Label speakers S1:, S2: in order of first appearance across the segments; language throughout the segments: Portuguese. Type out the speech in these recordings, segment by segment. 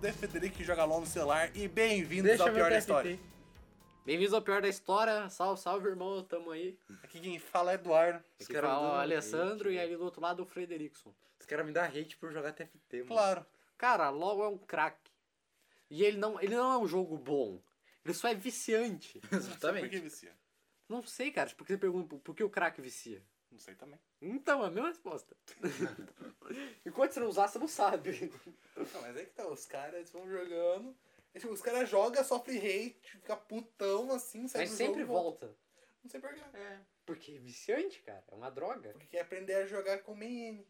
S1: Def Federico que joga LOL no celular e bem-vindos
S2: Deixa
S1: ao
S2: eu ver
S1: Pior
S2: o
S1: da História.
S2: TFT.
S3: Bem-vindos ao pior da história. Salve, salve, irmão. Tamo aí.
S1: Aqui quem fala é Eduardo. Os um
S3: Aqui
S1: caras
S3: fala o
S1: mandando-
S3: Alessandro
S2: gente,
S3: e ali do outro lado o Frederickson.
S2: Os caras me dão hate por jogar TFT, mano.
S1: Claro.
S3: Cara, LOL é um craque. E ele não, ele não é um jogo bom. Ele só é viciante.
S1: Por que
S2: Exatamente.
S1: vicia?
S3: Não sei, cara. Tipo, que você pergunta por- por que o craque vicia?
S1: Não sei também.
S3: Então, é a mesma resposta. Enquanto você não usar, você não sabe.
S1: Não, mas é que tá, os caras vão jogando. e, tipo, Os caras jogam, sofre hate, fica putão assim, sai
S3: Mas
S1: do
S3: sempre
S1: jogo,
S3: volta.
S1: Não sei porquê.
S3: É. Porque é viciante, cara. É uma droga.
S1: Porque quer aprender a jogar com main.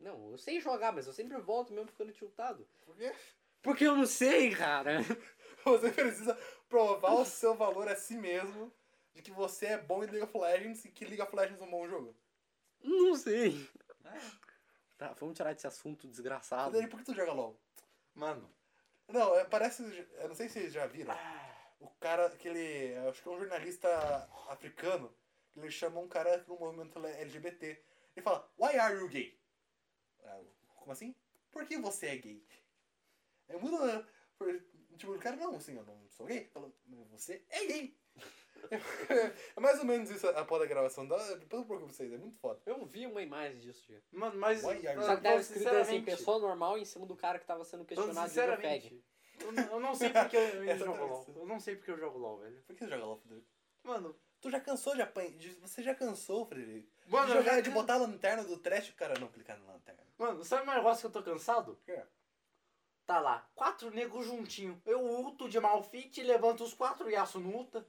S3: Não, eu sei jogar, mas eu sempre volto mesmo ficando tiltado.
S1: Por quê?
S3: Porque eu não sei, cara.
S1: Você precisa provar o seu valor a si mesmo de que você é bom em League of Legends e que League of Legends é um bom jogo.
S3: Não sei. Tá, vamos tirar desse assunto desgraçado.
S1: Federico, por que tu joga LOL?
S2: Mano,
S1: Não, é, parece. Eu não sei se vocês já viram. O cara, aquele. Acho que é um jornalista africano. Ele chama um cara no movimento LGBT. Ele fala: Why are you gay? Ah, Como assim? Por que você é gay? É muito. né? Por- Tipo, o cara, não, assim, eu não sou gay. Fala, "Mas você é gay. É mais ou menos isso após a gravação. Dá- Depois eu procuro pra vocês, é muito foda.
S3: Eu vi uma imagem disso, já.
S2: mano, mas.
S1: Olha,
S2: mano,
S3: Só que tava
S2: mano,
S3: escrito assim,
S2: sinceramente.
S3: pessoa normal em cima do cara que tava sendo
S2: mano,
S3: questionado de
S2: sinceramente.
S3: Wikipedia.
S2: Eu não, eu não sei porque eu, eu
S1: Essa
S2: jogo
S1: também.
S2: LOL. Eu não sei porque eu jogo LOL, velho.
S1: Por que você joga LOL, Frederico?
S2: Mano,
S1: Tu já cansou de apanhar? de- Você já cansou, Frederico?
S2: mano,
S1: de,
S2: eu
S1: jogar,
S2: já-
S1: de botar a lanterna do trash, o cara não clicar na lanterna.
S2: Mano, sabe um negócio que eu tô cansado?
S1: É.
S2: Tá lá, quatro negros juntinho. Eu ulto de malfit, levanto os quatro Yasuo no ulta.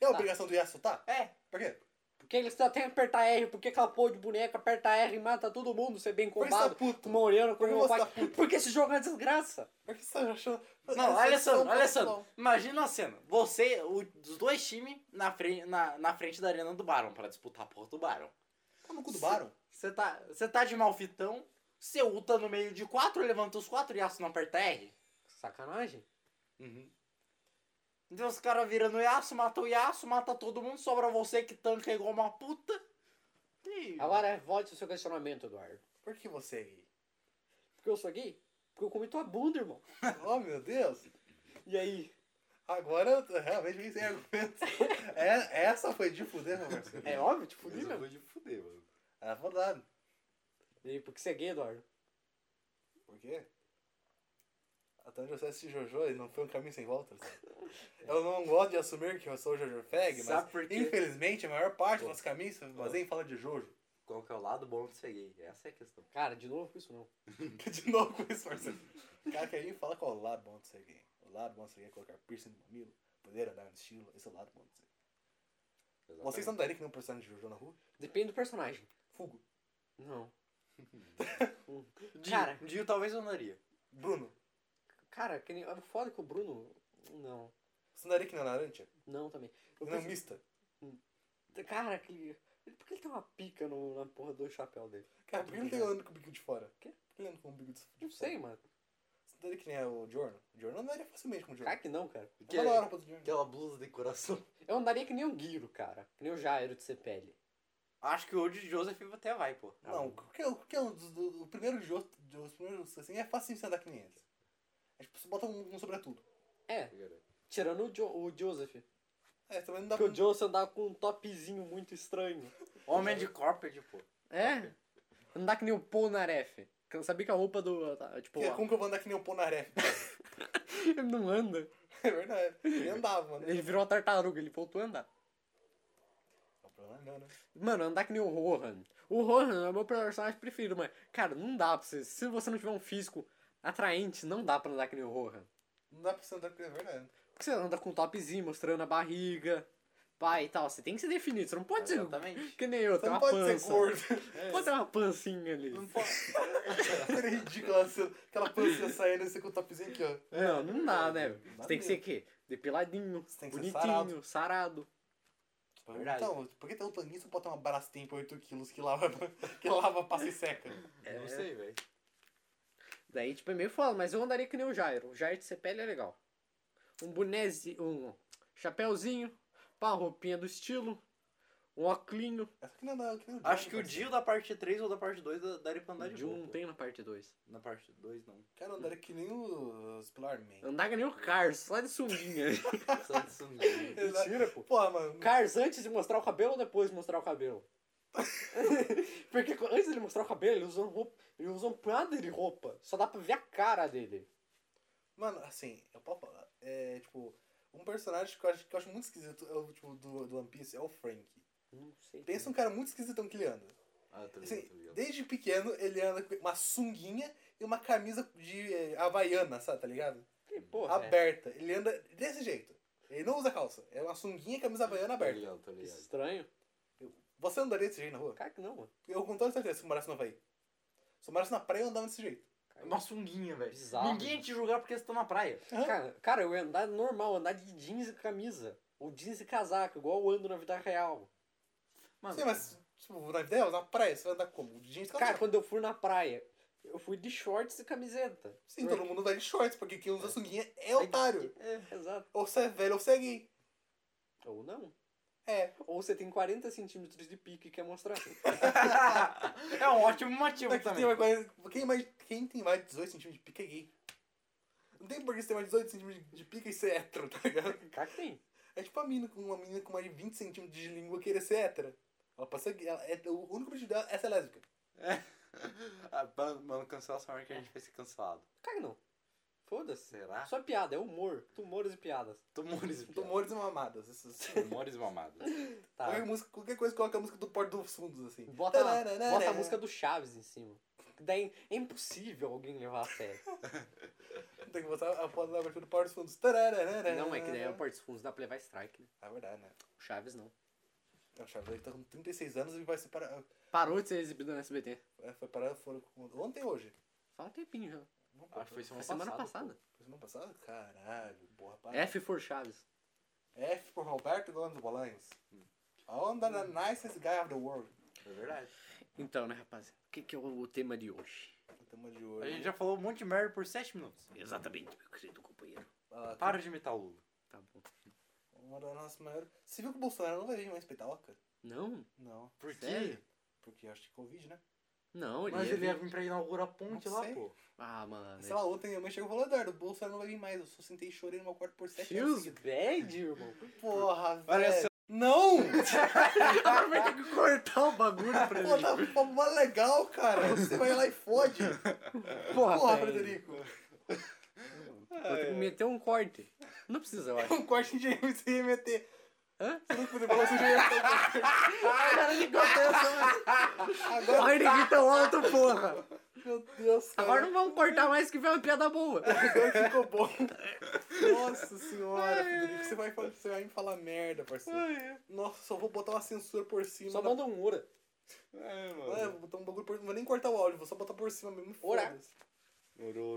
S1: É a obrigação do Yasuo, tá?
S2: É,
S1: Por quê?
S3: Por que eles só tem que apertar R? Por que aquela porra de boneca aperta R e mata todo mundo, ser bem
S1: Por que você tá
S3: combado?
S1: puto?
S3: Uma orelha com
S1: Por que você tá
S3: uma Porque esse jogo é uma desgraça.
S1: Por que você tá achando... tá
S2: Não,
S1: Vocês
S2: Alessandro,
S1: são
S2: Alessandro,
S1: tão-
S2: imagina a cena. Você, o- os dois times na frente, na, na frente da arena do Baron pra disputar a porra do Baron.
S1: Tá no cu do Baron?
S2: Você tá, você tá de malfitão, você ulta no meio de quatro, levanta os quatro e aço não aperta R.
S3: Sacanagem.
S2: Uhum. Então os caras viram no Yasuo, mata o Yasuo, mata todo mundo, sobra você que tanca igual uma puta. E... é
S3: Agora, volte ao seu questionamento, Eduardo.
S1: Por que você é gay?
S3: Porque eu sou gay? Porque eu comi tua bunda, irmão.
S1: oh, meu Deus.
S3: E aí?
S1: Agora eu tô realmente fiquei sem argumentos. É- essa foi de fuder, meu parceiro.
S3: É óbvio, te fudi mesmo.
S2: de fuder, mano.
S1: Ah, vou dar.
S3: E aí, porque você é gay, Eduardo?
S1: Por quê? Até onde eu sei esse Jojo e não foi um caminho sem voltas. Eu não gosto de assumir que eu sou o Jojo Fag, mas
S2: Sabe por quê?
S1: infelizmente a maior parte dos nossos caminhos se baseiam em falar de Jojo.
S2: Qual que é o lado bom de ser gay? Essa é a questão.
S3: Cara, de novo com isso não.
S1: De novo com isso, parceiro. O cara que aí fala qual é o lado bom de ser gay. O lado bom de ser gay é colocar piercing no mamilo, poder andar no estilo, esse é o lado bom de ser gay. Vocês não dariam que não precisaram de Jojo na rua?
S3: Depende do personagem.
S1: Fugo.
S3: Não.
S2: Cara,
S3: Cara.
S2: Dio talvez eu andaria.
S1: Bruno,
S3: Cara, que nem... é foda que o Bruno... Não.
S1: você não daria que não naranja?
S3: Não também. Eu
S1: Não
S3: preciso-
S1: mista?
S3: Cara, aquele... ele- Por que ele tem uma pica no, na porra do chapéu dele?
S1: Cara, por que ele tem andando com o bico de fora?
S3: Quê?
S1: Por que ele anda com o bico de de fora?
S3: Não sei, mano.
S1: Você não daria que nem é o Jorno? O Jorno andaria facilmente com o Jorno.
S3: Cara que não, cara.
S1: Que... Tá na hora pra outro Jorno.
S2: Aquela blusa de coração.
S3: Eu andaria que nem o Guiro, cara. Que nem o Jairo de Cepele.
S2: Acho que o de Joseph até vai, pô.
S1: Não, qualquer, qualquer um dos, do, do- o primeiro jogo, os primeiros, assim, é fácil de andar que nem eles. É tipo, você bota um, um sobretudo.
S3: É, tirando o, jo o Joseph.
S1: É, também não dá
S3: Porque
S1: pra...
S3: o Joseph andava com um topzinho muito estranho.
S2: Homem de corped, pô.
S3: É? Andar que nem o Polnareff. Que eu sabia que a roupa do. tá, Tipo,
S1: Porque
S3: a-
S1: como que eu vou andar que nem o Ponaré?
S3: ele não anda.
S1: é verdade. Ele andava, né? mano.
S3: Ele virou uma tartaruga, ele voltou a andar.
S1: Não, problema não, né?
S3: Mano, andar que nem o Rohan. O Rohan é o meu personagem preferido, mas, cara, não dá pra você. Se você não tiver um físico atraente, não dá pra andar que nem o Rohan.
S1: Não dá pra você andar que nem é verdade.
S3: Porque você anda com um topzinho, mostrando a barriga, pai e tal. Você tem que ser definido, você não pode ser.
S2: Exatamente.
S3: Que nem eu,
S1: Você
S3: tem
S1: não
S3: uma
S1: pode
S3: pança.
S1: ser gordo.
S2: É,
S3: Pode ter uma pancinha ali.
S2: Não pode.
S1: Era ridículo essa- aquela pancinha saindo assim com o topzinho aqui, ó.
S3: Não, não dá, né?
S1: é, Não dá
S3: Você tem que ser
S1: mesmo.
S3: o quê? Depiladinho,
S1: Você tem que ser
S3: bonitinho, sarado.
S2: Tipo, é Verdade.
S1: Então, por que tem um tanguinho se botar uma barastem por 8kg que lava, que lava, passa e seca? É
S2: Não sei, velho.
S3: Daí, tipo, é meio foda, mas eu andaria que nem o Jairo. O Jairo de Cepele é legal. Um bonézinho, um chapéuzinho, pá, roupinha do estilo, Um óculinho.
S1: Essa aqui não é da- que nem Dio,
S2: Acho que o
S1: parece.
S2: Dio da parte 3 ou da parte 2 da- daria pra andar de
S3: De um
S2: boa.
S3: não
S2: pô.
S3: tem na parte 2.
S2: Na parte 2 não.
S1: Cara, andaria que nem os Pilar Man.
S3: Andar que nem o Cars, só de sunguinha.
S2: Só de sunguinha.
S1: Exato.
S3: Mentira, pô.
S1: Pô, mano.
S3: Cars antes de mostrar o cabelo ou depois de mostrar o cabelo? Porque co- antes de mostrar o cabelo, ele usa, um roupa, ele usa um nada de roupa. Só dá pra ver a cara dele.
S1: Mano, assim, eu posso falar. É, tipo, um personagem que eu acho, que eu acho muito esquisito é o, tipo, do, do One Piece é o Frank.
S3: Não sei.
S1: Pensa um cara muito esquisitão que ele anda.
S2: Ah, eu tô
S1: Assim,
S2: ligado, tô ligado.
S1: desde pequeno ele anda com uma sunguinha e uma camisa de eh, havaiana, sabe, tá ligado?
S3: Que porra. é?
S1: Aberta. Ele anda desse jeito. Ele não usa calça. É uma sunguinha e camisa havaiana
S2: Tô
S1: aberta.
S2: Tá ligado, tô
S3: Que
S2: ligado.
S3: Estranho.
S1: Você andaria desse jeito na rua?
S3: Cara que não, mano.
S1: Eu com toda certeza se eu morasse no Havaí. Se eu morasse na praia, eu andava desse jeito.
S2: é Uma sunguinha, velho.
S3: Bizarro.
S2: Ninguém ia te julgar porque você tá na praia.
S3: Cara, cara, eu ia andar normal, andar de jeans e camisa. Ou jeans e casaco, igual eu ando na vida real.
S2: Mano, é
S1: Sim, mas, tipo, na vida real, na praia, você vai andar como? De jeans
S3: Cara,
S1: calça.
S3: quando eu fui na praia, eu fui de shorts e camiseta.
S1: Sim, todo mundo anda de shorts, porque quem usa sunguinha é otário.
S3: É, exato.
S1: Ou você é velho ou você é gay.
S3: Ou não.
S1: É.
S3: Ou você tem 40 centímetros de pique e quer mostrar.
S2: é um ótimo motivo
S1: Mas Quem
S2: também.
S1: tem, mais, 40 quem, mais, quem tem mais de 18 centímetros de pica é gay. Não tem por que você ter mais de 18 centímetros de pica e ser hétero, tá ligado?
S3: Cara que tem.
S1: É tipo a mina com uma menina com mais de 20 centímetros de língua querer ser hétera. Ela passa gay. Ela, é, o único objetivo dela é ser lésbica.
S2: Ah, mano, mano, cancela essa hora que a gente vai ser cancelado.
S3: Cara que não. Foda-se.
S2: Será?
S3: Só é piada, é humor. Tumores e piadas.
S2: Tumores. viado.
S1: Tumores Então, e mamadas. Essas...
S2: Tumores mamados.
S3: Tá.
S1: Qualquer, música, qualquer coisa, coloca a música do Porto dos Fundos, assim.
S3: Bota, lá-
S1: Tararara.
S3: bota a música do Chaves em cima. Daí é impossível alguém levar a sério.
S1: Tem que botar a foto da abertura do Porto dos Fundos. Tararara.
S3: Não, é que daí a parte dos fundos dá pra levar strike, né?
S1: É verdade, né?
S3: O Chaves não.
S1: O Xavier tá com 36 anos e vai se parar...
S3: Parou de ser exibido no SBT.
S1: é, Foi parar fora com... Ontem ou hoje?
S3: Faz um tempinho já.
S1: Não, pô,
S2: Acho que
S3: Foi
S2: foi semana,
S3: semana
S2: passada.
S3: passada.
S1: Foi semana passada? Caralho, boa parada.
S3: F for Chaves.
S1: F por Roberto Gomes Bolanhos.
S2: Hum.
S1: On the nicest guy of the world.
S2: pô. É verdade.
S3: Então, né, rapaziada? O que, que é o tema de hoje?
S1: O tema de
S2: A
S1: hoje.
S2: gente já falou um monte de merda por 7 minutos.
S3: Exatamente, meu querido companheiro.
S1: Ah,
S2: Para de imitar o Lula.
S3: Tá bom.
S1: Uma das nossas maiores. Você viu que o Bolsonaro não vai vir mais peitoca?
S3: Não,
S1: Não.
S2: Por
S3: Sério?
S2: quê?
S1: Porque eu acho que é Covid, né?
S3: não, ele é-
S2: Mas
S3: ia
S2: ele ia
S3: vir-
S2: vir pra inaugurar a ponte
S1: Não
S2: lá,
S1: sei.
S2: pô.
S3: Ah, mano.
S1: Sei lá, ontem minha mãe chegou e falou: Eduardo, o Bolsonaro não vai vir mais. Eu só sentei e chorei no meu quarto por sete anos.
S3: Feels bad, irmão.
S1: Porra,
S2: Olha
S1: velho. Não!
S3: Agora vai ter que cortar o bagulho pra
S1: Pô, tá
S3: ele.
S1: tá mó legal, cara. Você vai lá e fode.
S3: Porra,
S1: Porra,
S3: velho.
S1: Frederico.
S3: Vou ter que meter um corte. Não precisa, eu acho.
S1: Um corte de MCMT.
S3: Hã?
S1: Você não podia falar sujeira.
S3: Cara, que corta
S1: Agora,
S3: tão tá um alto, porra.
S1: meu Deus, cara.
S3: Agora não vamos cortar mais que foi uma piada boa.
S1: Agora ficou bom. Nossa senhora, Frederico, você vai, fal- você vai me falar merda, parceiro. Nossa, só vou botar uma censura por cima.
S3: Só
S1: da-
S3: manda um ura.
S2: É,
S1: É, vou botar um bagulho por... Não vou nem cortar o áudio, vou só botar por cima mesmo.
S3: Ora.
S1: foda-se.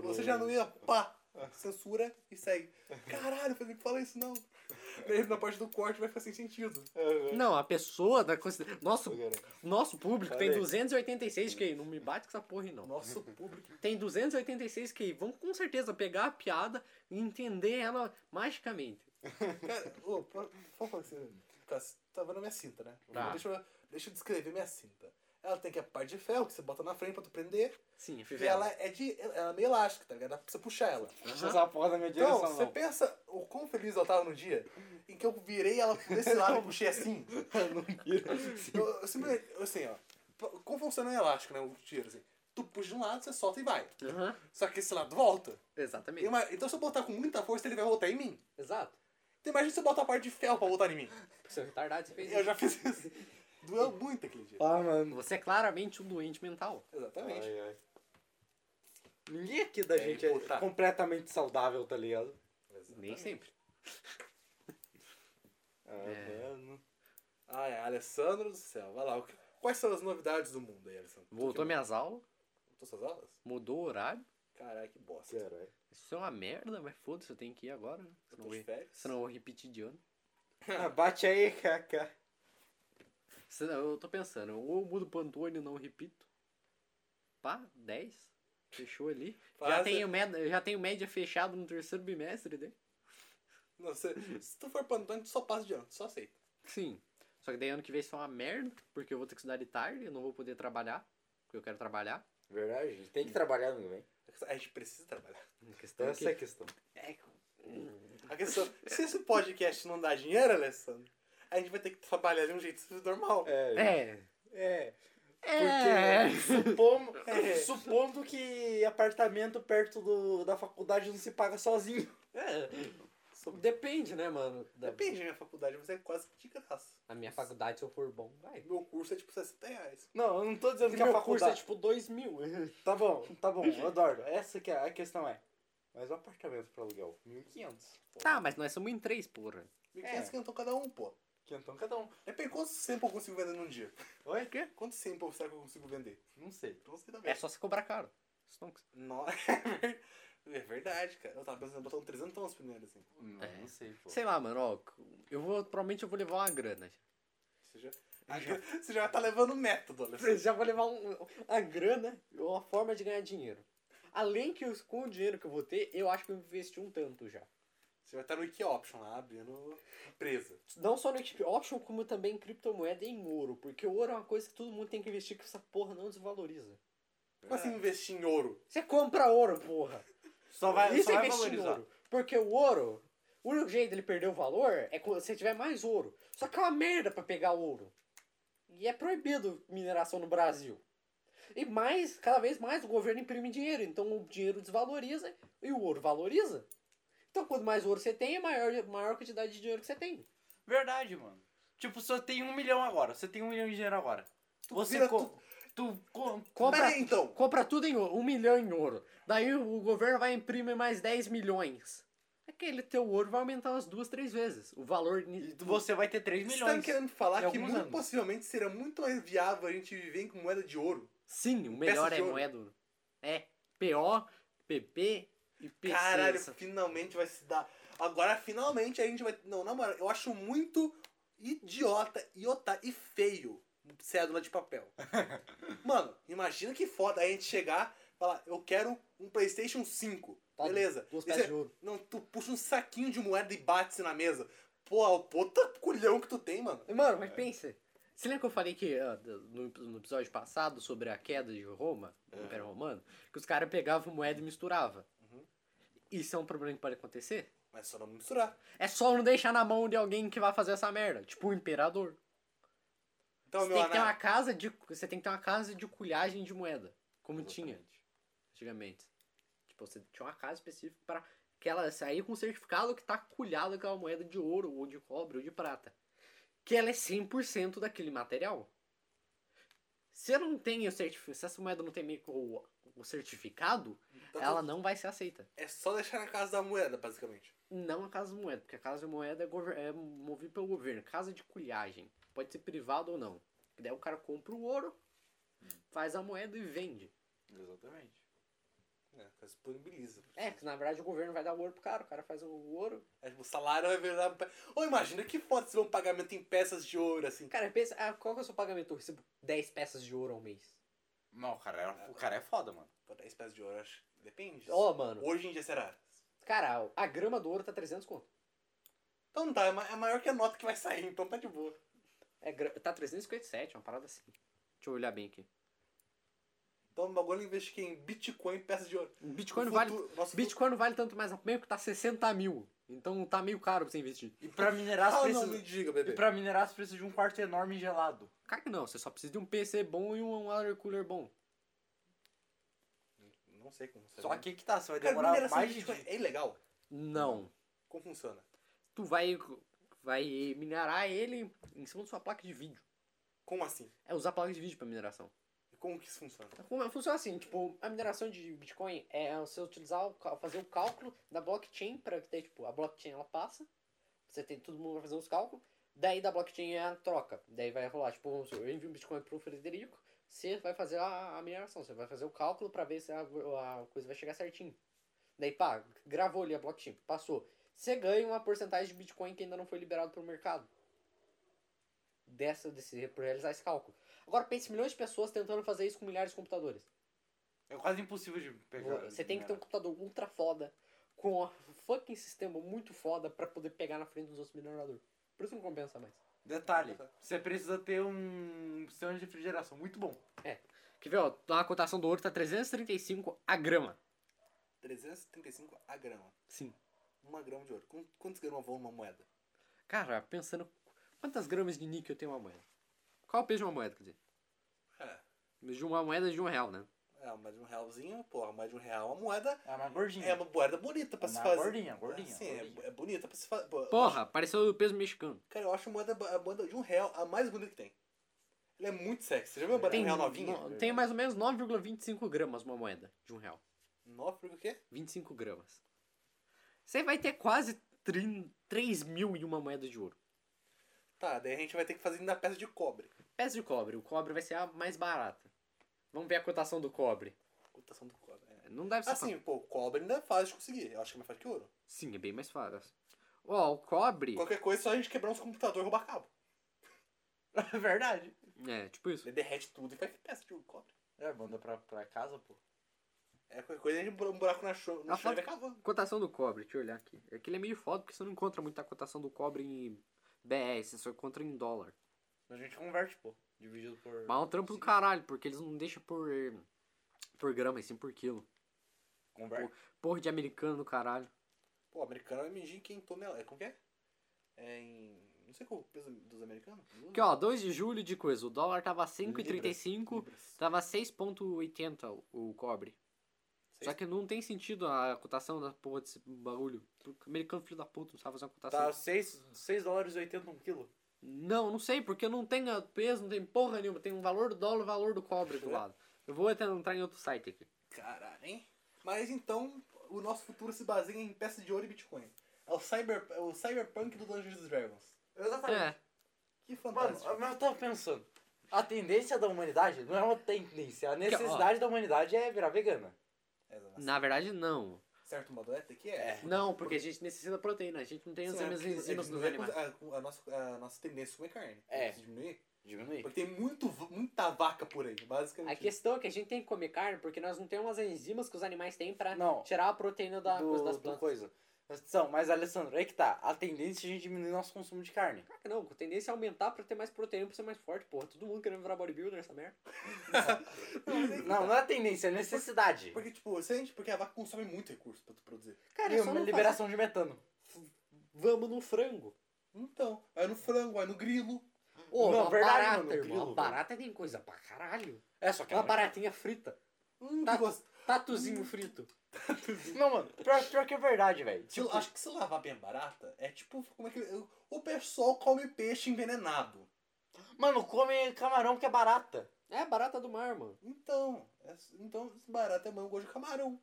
S1: Você já não ia, pá, censura e segue. Caralho, Frederico, fala isso não. Daí na parte do corte vai ficar sem sentido.
S3: Não, a pessoa da considera- Nosso,
S2: Não.
S3: nosso público tem
S2: Falei.
S3: 286 QI. Não me bate com essa porra, aí, não.
S1: Nosso público.
S3: Tem 286 QI. Vão com certeza pegar a piada e entender ela magicamente.
S1: Cara, ô, pra- fala pra você. Cara, você tá vendo a minha cinta, né?
S3: Tá.
S1: Deixa, eu, deixa eu descrever minha cinta. Ela tem que a parte de ferro que você bota na frente pra tu prender.
S3: Sim,
S1: E
S3: fivela.
S1: ela é de. Ela é meio elástica, tá ligado? Dá pra você puxar ela.
S2: Puxa essa porra da minha
S1: Então,
S2: direção,
S1: você
S2: não.
S1: pensa o quão feliz eu tava no dia em que eu virei ela desse lado e puxei assim. Eu, eu sempre, assim, ó. p- Como funciona o elástico, né? O tiro, assim. Tu puxa de um lado, você solta e vai.
S3: Aham,
S1: Só que esse lado volta.
S3: Exatamente.
S1: E uma- então, se eu botar com muita força, ele vai voltar em mim.
S3: Exato.
S1: Então, imagina se eu botar a parte de ferro pra voltar em mim.
S3: Seu um retardado, você fez
S1: Eu
S3: isso.
S1: já fiz isso. Doeu muito aquele dia.
S2: Ah, mano.
S3: Você é claramente um doente mental. Ah, é.
S1: Exatamente.
S2: Ai, ai. Ninguém aqui da
S1: É,
S2: gente é
S1: puta.
S2: completamente saudável, tá ligado?
S3: Nem sempre.
S2: Ah,
S3: É.
S2: mano.
S1: Ai, Ah, é. Alessandro do céu, vai lá. O que- Quais são as novidades do mundo aí, Alessandro?
S3: Voltou
S1: minha.
S3: minhas aulas,
S1: Voltou suas aulas?
S3: mudou o horário.
S1: Caralho, que bosta.
S2: Caralho.
S3: Isso é uma merda, mas foda-se, eu tenho que ir agora. né?
S1: Eu
S3: Senão
S1: tô
S3: eu,
S1: de
S3: ia-
S1: férias.
S3: senão eu vou repetir de ano.
S2: Ah, Bate aí, Kaká.
S3: Senão Eu tô pensando, ou eu mudo pro Antônio e não repito. Pá, 10. Fechou ali. Já um-
S1: Faz-
S3: tenho, média, já tenho média fechada no terceiro bimestre, né?
S1: Não, se, se tu for pra Antônio, tu só passa de ano, tu só aceita.
S3: Sim. Só que daí ano que vem isso é uma merda, porque eu vou ter que estudar de tarde, eu não vou poder trabalhar, porque eu quero trabalhar.
S4: Verdade, a gente tem que trabalhar no meio.
S1: A gente precisa trabalhar.
S3: A questão é
S4: Essa é a
S3: que...
S4: questão.
S2: É,
S1: A questão, se esse podcast não dá dinheiro, Alessandro, a gente vai ter que trabalhar de um jeito normal.
S4: É.
S3: É.
S1: É.
S3: É.
S2: Supondo,
S1: É.
S2: supondo que apartamento perto do, da faculdade não se paga sozinho.
S3: É. Depende, né, mano? Da...
S1: Depende da minha faculdade, mas é quase que de graça.
S3: A minha faculdade, se eu for bom, vai.
S1: Meu curso é tipo 60 reais.
S2: Não, eu não tô dizendo
S3: Porque
S2: que a
S3: meu curso é
S2: faculdade.
S3: tipo 2 mil.
S2: Tá bom, tá bom, Eduardo. Essa que é a questão é. Mas o apartamento pra aluguel, 1.500. pô.
S3: Tá, mas nós somos em três, porra.
S1: 1.500 quentão cada um, pô.
S2: Quentão cada um.
S1: Depende É quanto sample eu consigo vender num dia.
S2: Oi? O quê? Então tá
S1: Quanto sample será que eu consigo vender?
S2: Não sei.
S1: Não sei também.
S3: É só se cobrar caro. Isso não-
S1: Nossa, é verdade, cara. Eu tava pensando em botar um 300 nos primeiros, assim.
S2: Não,
S3: É.
S2: não sei, pô.
S3: Sei lá, mano, ó. Eu vou, provavelmente eu vou levar uma grana.
S1: Você já,
S2: Ah,
S1: você já tá levando método,
S3: Eu
S1: Alessandro.
S3: já vou levar um, a grana ou a forma de ganhar dinheiro. Além que eu- com o dinheiro que eu vou ter, eu acho que eu investi um tanto já.
S1: Você vai estar no Wiki Option lá, abrindo empresa.
S3: Não só no Equipe Option, como também em criptomoeda e em ouro. Porque o ouro é uma coisa que todo mundo tem que investir, que essa porra não desvaloriza.
S1: Como assim investir em ouro?
S3: Você compra ouro, porra!
S2: É. Só vai,
S3: Isso
S2: só
S3: é
S2: vai
S3: investir em
S2: valorizar.
S3: ouro. Porque o ouro, o único jeito dele perder o valor é quando você tiver mais ouro. Só que é uma merda pra pegar ouro. E é proibido mineração no Brasil. E mais, cada vez mais o governo imprime dinheiro. Então o dinheiro desvaloriza e o ouro valoriza. Então quanto mais ouro você tem, é maior, maior a quantidade de dinheiro que você tem.
S2: Verdade, mano. Tipo, você tem um milhão agora. Você tem um milhão de dinheiro agora. você
S1: vira
S2: co- tu co-
S3: Compra-
S1: Pera aí, então.
S3: Compra tudo em ouro, um milhão em ouro. Daí o governo vai imprimir mais 10 milhões. Aquele teu ouro vai aumentar umas duas, três vezes. O valor.
S2: e tu- você vai ter 3
S1: Você tá me
S2: milhões.
S1: querendo falar
S2: Em
S1: que
S2: alguns
S1: muito
S2: anos.
S1: possivelmente seria muito mais viável a gente viver com moeda de ouro?
S3: Sim, o melhor
S1: Peça de
S3: é
S1: ouro.
S3: moeda ouro. É. PO, PP e PC.
S1: Caralho,
S3: Essa-
S1: finalmente vai se dar. Agora, finalmente, a gente vai... Não, na moral, eu acho muito idiota, iota e feio cédula de papel. Mano, imagina que foda a gente chegar e falar, eu quero um Playstation 5.
S3: Tá,
S1: Beleza.
S3: Duas
S1: E
S3: peças
S1: você-
S3: de ouro.
S1: Não, tu puxa um saquinho de moeda e bate-se na mesa. Pô, o puta culhão que tu tem, mano.
S3: Mano, mas pensa. Você lembra que eu falei que ah, no, no episódio passado sobre a queda de Roma, do Império Romano, que os caras pegavam moeda e misturavam?
S1: Uhum.
S3: Isso é um problema que pode acontecer?
S1: Mas só não misturar.
S3: É só não deixar na mão de alguém que vai fazer essa merda. Tipo o imperador.
S1: Então,
S3: você
S1: meu
S3: tem que ter uma
S1: anar...
S3: casa de você tem que ter uma casa de culhagem de moeda como tinha
S2: Exatamente.
S3: antigamente tipo você tinha uma casa específica para aquela sair com certificado que tá culhado aquela moeda de ouro ou de cobre ou de prata que ela é 100% daquele material se eu não tenho certificado se essa moeda não tem meio que o, o certificado
S1: Tá
S3: ela
S1: tudo-
S3: não vai ser aceita
S1: É só deixar na casa da moeda, basicamente.
S3: não a casa de moeda porque a casa de moeda é, gover- é movida pelo governo casa de culhagem pode ser privado ou não E daí o cara compra o ouro faz a moeda e vende
S2: Exatamente.
S1: É, disponibiliza.
S3: é que na verdade o governo vai dar o ouro pro cara o cara faz o ouro
S1: É, tipo, o salário vai virar. Ou imagina que foda se um pagamento em peças de ouro, assim.
S3: cara pensa ah, qual que é o seu pagamento eu recebo 10 peças de ouro ao mês
S2: Não, o cara, é, o cara é foda, mano.
S1: Pô, 10 peças de ouro, acho. Depende.
S3: ó mano
S1: Hoje em dia será.
S3: cara a grama do ouro tá 300 conto
S1: Então tá, é ma- é maior que a nota que vai sair, então tá de boa.
S3: é gra... tá 357 uma parada assim deixa eu olhar bem aqui
S1: Então o bagulho investe em Bitcoin e peças de ouro.
S3: Bitcoin
S1: O
S3: vale
S1: futuro- nosso
S3: Bitcoin não vale tanto mais a meio que tá 60 mil então tá meio caro pra você investir
S2: E pra minerar as
S1: Ah,
S2: preços.
S1: não, me diga,
S2: E
S1: bebê.
S2: pra minerar você precisa de um quarto enorme gelado.
S3: Cara que não, você só precisa de um PC bom e um water cooler bom.
S1: Não sei como funciona.
S2: Só que aí que tá, você vai
S1: Cara,
S2: demorar
S1: mineração
S2: mais
S1: de
S2: de.
S1: Bitcoin é ilegal.
S3: Não.
S1: Como funciona?
S3: Tu vai, vai minerar ele em cima da sua placa de vídeo.
S1: Como assim?
S3: É usar a placa de vídeo pra mineração.
S1: E Como que isso funciona?
S3: Como- Funciona assim, tipo, a mineração de Bitcoin é você utilizar, o cal- fazer o cálculo da blockchain pra que daí, tipo, a blockchain ela passa, você tem todo mundo vai fazer os cálculos, daí da blockchain é a troca. Daí vai rolar, tipo, vamos supor, eu envio um Bitcoin pro Frederico, você vai fazer a, a mineração, você vai fazer o cálculo pra ver se a, a coisa vai chegar certinho. Daí, pá, gravou ali a blockchain, passou. Você ganha uma porcentagem de Bitcoin que ainda não foi liberado pro mercado. Dessa, desse, por realizar esse cálculo. Agora pense em milhões de pessoas tentando fazer isso com milhares de computadores.
S2: É quase impossível de pegar.
S3: Você tem que ter um
S2: minerar.
S3: computador ultra foda, com um fucking sistema muito foda pra poder pegar na frente dos outros mineradores. Por isso não compensa mais.
S2: Detalhe, você precisa ter um sistema de refrigeração muito bom.
S3: Quer ver, ó, lá a cotação do ouro tá 335 a grama.
S1: 335 a grama.
S3: Sim.
S1: Uma grama de ouro. Qu- Quantos gramas vão numa moeda?
S3: Cara, pensando quantas gramas de níquel tem uma moeda? Qual é o peso de uma moeda, quer dizer?
S1: É.
S3: De uma moeda de um real, né?
S1: É, mais de um realzinho, porra, mais de um real é uma moeda.
S2: É uma gordinha.
S1: É uma moeda bonita pra
S2: Uma
S1: se fazer.
S2: gordinha, gordinha,
S1: Sim, é-
S2: gordinha.
S1: é, bonita pra se fazer.
S3: Porra, pareceu o peso mexicano.
S1: Cara, eu acho a moeda, a moeda de um real a mais bonita que tem. Ela é muito sexy. Você já viu a moeda de um real novinha?
S3: no- tem mais ou menos 9,25 gramas uma moeda de um real.
S1: Nove por quê?
S3: 25 gramas. Você vai ter quase 3 mil e uma moeda de ouro.
S1: Tá, daí a gente vai ter que fazer ainda peça de cobre.
S3: Peça de cobre. O cobre vai ser a mais barata. Vamos ver a cotação do cobre.
S1: Cotação do cobre. É.
S3: Não deve ser...
S1: Assim, pô, cobre ainda é fácil de conseguir. Eu acho que é mais fácil que ouro.
S3: Sim, é bem mais fácil. Ó, o cobre...
S1: Qualquer coisa é só a gente quebrar uns computadores e roubar cabo.
S2: É verdade.
S3: É, tipo isso.
S1: Ele derrete tudo e faz peça de cobre.
S2: É, manda pra, pra casa, pô.
S1: É qualquer coisa a gente bura um buraco na cho- no
S3: Na
S1: chão e
S3: foto-
S1: vai cavando.
S3: Cotação do cobre, deixa eu olhar aqui. É que ele é meio foda porque você não encontra muita cotação do cobre em BR, você só encontra em dólar.
S2: A gente converte, pô. Dividido por.
S3: Mas é um trampo do
S2: Sim.
S3: caralho, porque eles não deixam por, por grama, e sim por quilo.
S2: Converte.
S3: Porra de americano do caralho.
S1: Pô, americano é mendigo em tonelada. Como que é? É em. Não sei qual é o peso dos americanos.
S3: Aqui ó, 2 de julho de coisa, o dólar tava 5,35,
S1: Libras.
S3: tava 6,80 o- o cobre. Só que não tem sentido a cotação da porra desse bagulho. O americano filho da puta não sabe fazer uma cotação.
S2: Tá 6, dólares e 80 um quilo.
S3: Não, não sei, porque não tem ah, peso, não tem porra nenhuma. Tem um valor do dólar e um valor do cobre do
S1: É.
S3: lado. Eu vou até entrar em outro site aqui.
S1: Caralho, hein? Mas então, o nosso futuro se baseia em peça de ouro e Bitcoin. É o, cyber, é o Cyberpunk do Dungeons and Dragons.
S3: É,
S1: Que
S2: Mano,
S1: fantástico.
S2: mas eu tava pensando. A tendência da humanidade não é uma tendência. A necessidade da humanidade é virar vegana.
S1: É, mas,
S3: na verdade não.
S1: certo modo, é, tem que é.
S3: Não, porque a gente necessita da proteína, a gente não tem as
S1: Sim, é
S3: mesmas
S1: porque
S3: enzimas
S1: eles
S3: dos
S1: não
S3: animais.
S1: recusam- A, a nossa, a nossa tendência é comer carne.
S2: É.
S1: Isso Diminuir.
S2: Diminui.
S1: Porque tem muito, v- muita vaca por aí, basicamente.
S3: A questão é que a gente tem que comer carne porque nós não temos as enzimas que os animais têm pra
S2: Não.
S3: tirar a proteína da
S2: do,
S3: coisa das
S2: do
S3: plantas.
S2: coisa. Mas, São, mas Alessandro, aí que tá. A tendência é a gente diminuir nosso consumo de carne.
S3: Claro que não, a tendência é aumentar pra ter mais proteína, pra ser mais forte, porra. Todo mundo querendo virar bodybuilder, essa merda.
S2: Não, não é tendência, é necessidade.
S1: Porque, tipo, se a gente, porque a vaca consome muito recurso pra tu produzir.
S3: Cara,
S2: e
S3: é só
S2: uma
S3: não
S2: liberação de metano.
S3: fazer- Vamos no frango.
S1: Então, aí no frango, aí no grilo.
S3: Ô,
S2: Não,
S3: uma
S2: verdade,
S3: barata,
S2: mano,
S3: irmão.
S2: grilo,
S3: Uma barata tem coisa pra caralho.
S2: É, só que
S3: Uma
S2: ela-
S3: baratinha frita.
S1: Hum,
S3: Tá.
S1: que gosto.
S3: Tatuzinho frito.
S2: Não, mano, pior, pior que é verdade, velho.
S1: Se- acho que se lavar bem barata, é tipo, como é que... O pessoal come peixe envenenado.
S2: Mano, come camarão que é barata.
S3: É, barata do mar, mano.
S1: Então, é, então barata é mãe, um gosto de camarão.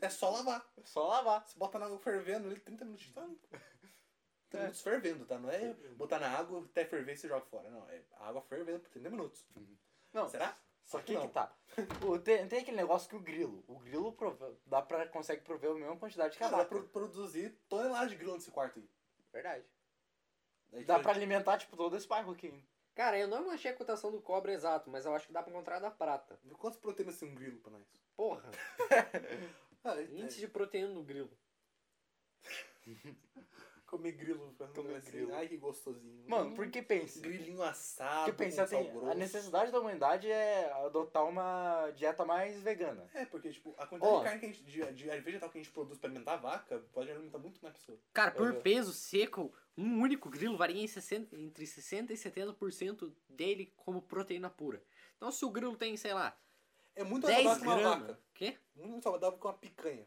S1: é só lavar.
S2: É Só lavar.
S1: Você bota na água fervendo ali 30 minutos tá. 30 minutos fervendo, tá? Não é botar na água até ferver e você joga fora. Não, é água fervendo por 30 minutos.
S2: Não,
S1: Será?
S2: só que,
S1: Uhum. Não.
S2: que tá. O, tem, tem aquele negócio que o grilo. O grilo prove- dá pra, consegue prover a mesma quantidade que a
S1: Cara, Ah, dá
S2: vaca.
S1: pra produzir toneladas de grão nesse quarto aí.
S2: Verdade.
S1: Daí,
S2: Dá
S1: tipo,
S2: pra alimentar, tipo, todo esse bairro aqui. hein?
S3: Cara, eu não achei a cotação do cobre exato, mas eu acho que dá pra encontrar a da prata.
S1: vê Quantas proteínas tem um grilo pra nós?
S3: Porra,
S1: Ah, é-
S3: índice de proteína no grilo.
S1: é, comer grilo pra
S2: Comer
S1: comer assim.
S2: grilo.
S1: Ai, que gostosinho.
S2: Mano, porque pensa.
S1: Grilinho assado,
S2: Porque pensa
S1: com sal
S2: assim, a
S1: tá grosso.
S2: necessidade da humanidade é adotar uma dieta mais vegana.
S1: É, porque, tipo, a quantidade
S3: Ó.
S1: de carne que a gente, de, de vegetal que a gente produz pra alimentar a vaca pode alimentar muito mais pessoas.
S3: Cara, por
S2: Uhum.
S3: peso seco, um único grilo varia em 60 entre 60% e 70% dele como proteína pura. Então, se o grilo tem, sei lá,
S1: É muito mais
S3: 10
S1: saudável que uma
S3: gramas.
S1: vaca.
S3: Quê?
S1: Muito saudável que uma picanha.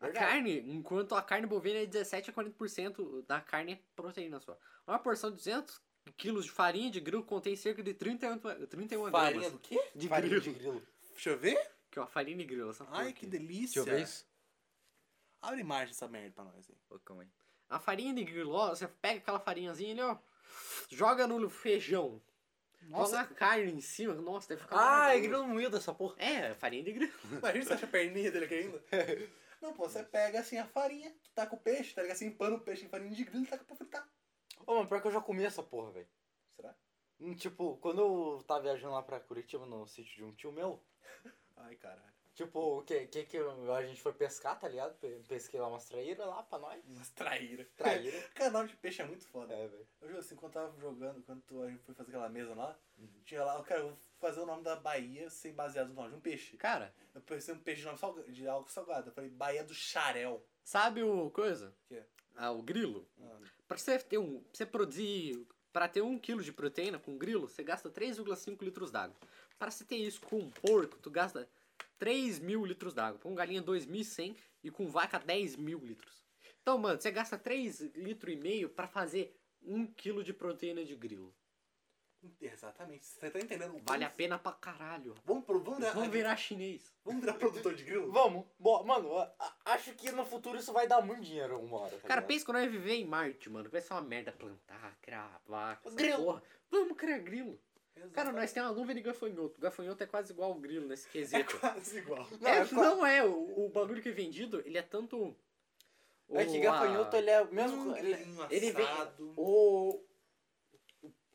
S3: A
S2: Verdade.
S3: carne, enquanto a carne bovina é 17 a 40% da carne é proteína só. Uma porção de 200 quilos de farinha de grilo contém cerca de 31, 31
S1: Farinha
S3: gramas
S1: do quê?
S3: de
S2: Farinha
S3: grilo.
S2: de grilo.
S1: Deixa eu ver.
S3: Que é uma farinha de grilo, essa porra
S1: Ai,
S3: aqui.
S1: que delícia.
S4: Deixa eu ver isso.
S1: Abre imagem dessa merda pra nós aí.
S4: Ô, calma aí.
S3: A farinha de grilo, ó, você pega aquela farinhazinha ali, ó, joga no feijão. Joga a carne em cima, nossa, deve ficar
S2: Ah, é
S3: maravilhoso.
S2: grilo moído essa porra.
S3: É, farinha de grilo.
S1: Imagina se acha a perninha dele aqui ainda. Não, pô, você pega assim a farinha, tu taca o peixe, tá ligado? Você empana o peixe em farinha de grilo e taca pra fritar.
S2: Ô, mano, pior que eu já comi essa porra, velho.
S1: Será?
S2: Hum, Tipo, quando eu tava viajando lá pra Curitiba no sítio de um tio meu,
S1: Ai, caralho.
S2: Tipo, o que, que que eu- a gente foi pescar, tá ligado? Pe- Pesquei lá umas traíras lá pra nós.
S1: Umas traíra.
S2: Traíra.
S1: Cara, nome de peixe é muito foda.
S2: é, velho.
S1: Eu juro assim, quando tava jogando, quando a gente foi fazer aquela mesa lá, tinha lá, cara, eu vou fazer o nome da Bahia sem baseado no nome de um peixe.
S3: Cara,
S1: Eu pensei um peixe de, nome salga- de algo salgado. Eu falei, Bahia do Xarel.
S3: sabe o coisa?
S1: Quê?
S3: Ah, o grilo.
S1: Ah.
S3: Pra você ter um. pra você produzir. Pra ter um quilo de proteína com grilo, você gasta 3,5 litros d'água. Pra você ter isso com um porco, tu gasta 3 mil litros d'água. Com galinha 2.100 e com vaca 10 mil litros. Então, mano, você gasta 3 litros e meio pra fazer 1 quilo de proteína de grilo.
S1: Exatamente. Você tá entendendo?
S3: Vale a
S1: Vamos-
S3: pena pra caralho.
S1: Vamos, pro, vamos, virar,
S2: é
S3: Vamos virar chinês.
S1: vamos virar produtor de grilo?
S2: Vamos. Bo- mano, a- a- acho que no futuro isso vai dar muito dinheiro alguma hora. Tá
S3: Cara,
S2: ligado?
S3: pensa que nós ia viver em Marte, mano. Vai ser uma merda plantar, criar vaca, essa
S2: Grilo.
S3: porra. Vamos criar grilo. Cara,
S1: Exatamente.
S3: nós temos uma nuvem de gafanhoto. Gafanhoto é quase igual ao grilo nesse
S1: É
S3: quesito.
S1: quase igual.
S2: Não,
S3: É,
S2: é quase-
S3: não é, o, o bagulho que é vendido, ele é tanto.
S2: É que gafanhoto, ele é o mesmo.
S1: Hum,
S2: Ele,
S1: ele
S3: ele vem-
S1: assado.
S3: O, o-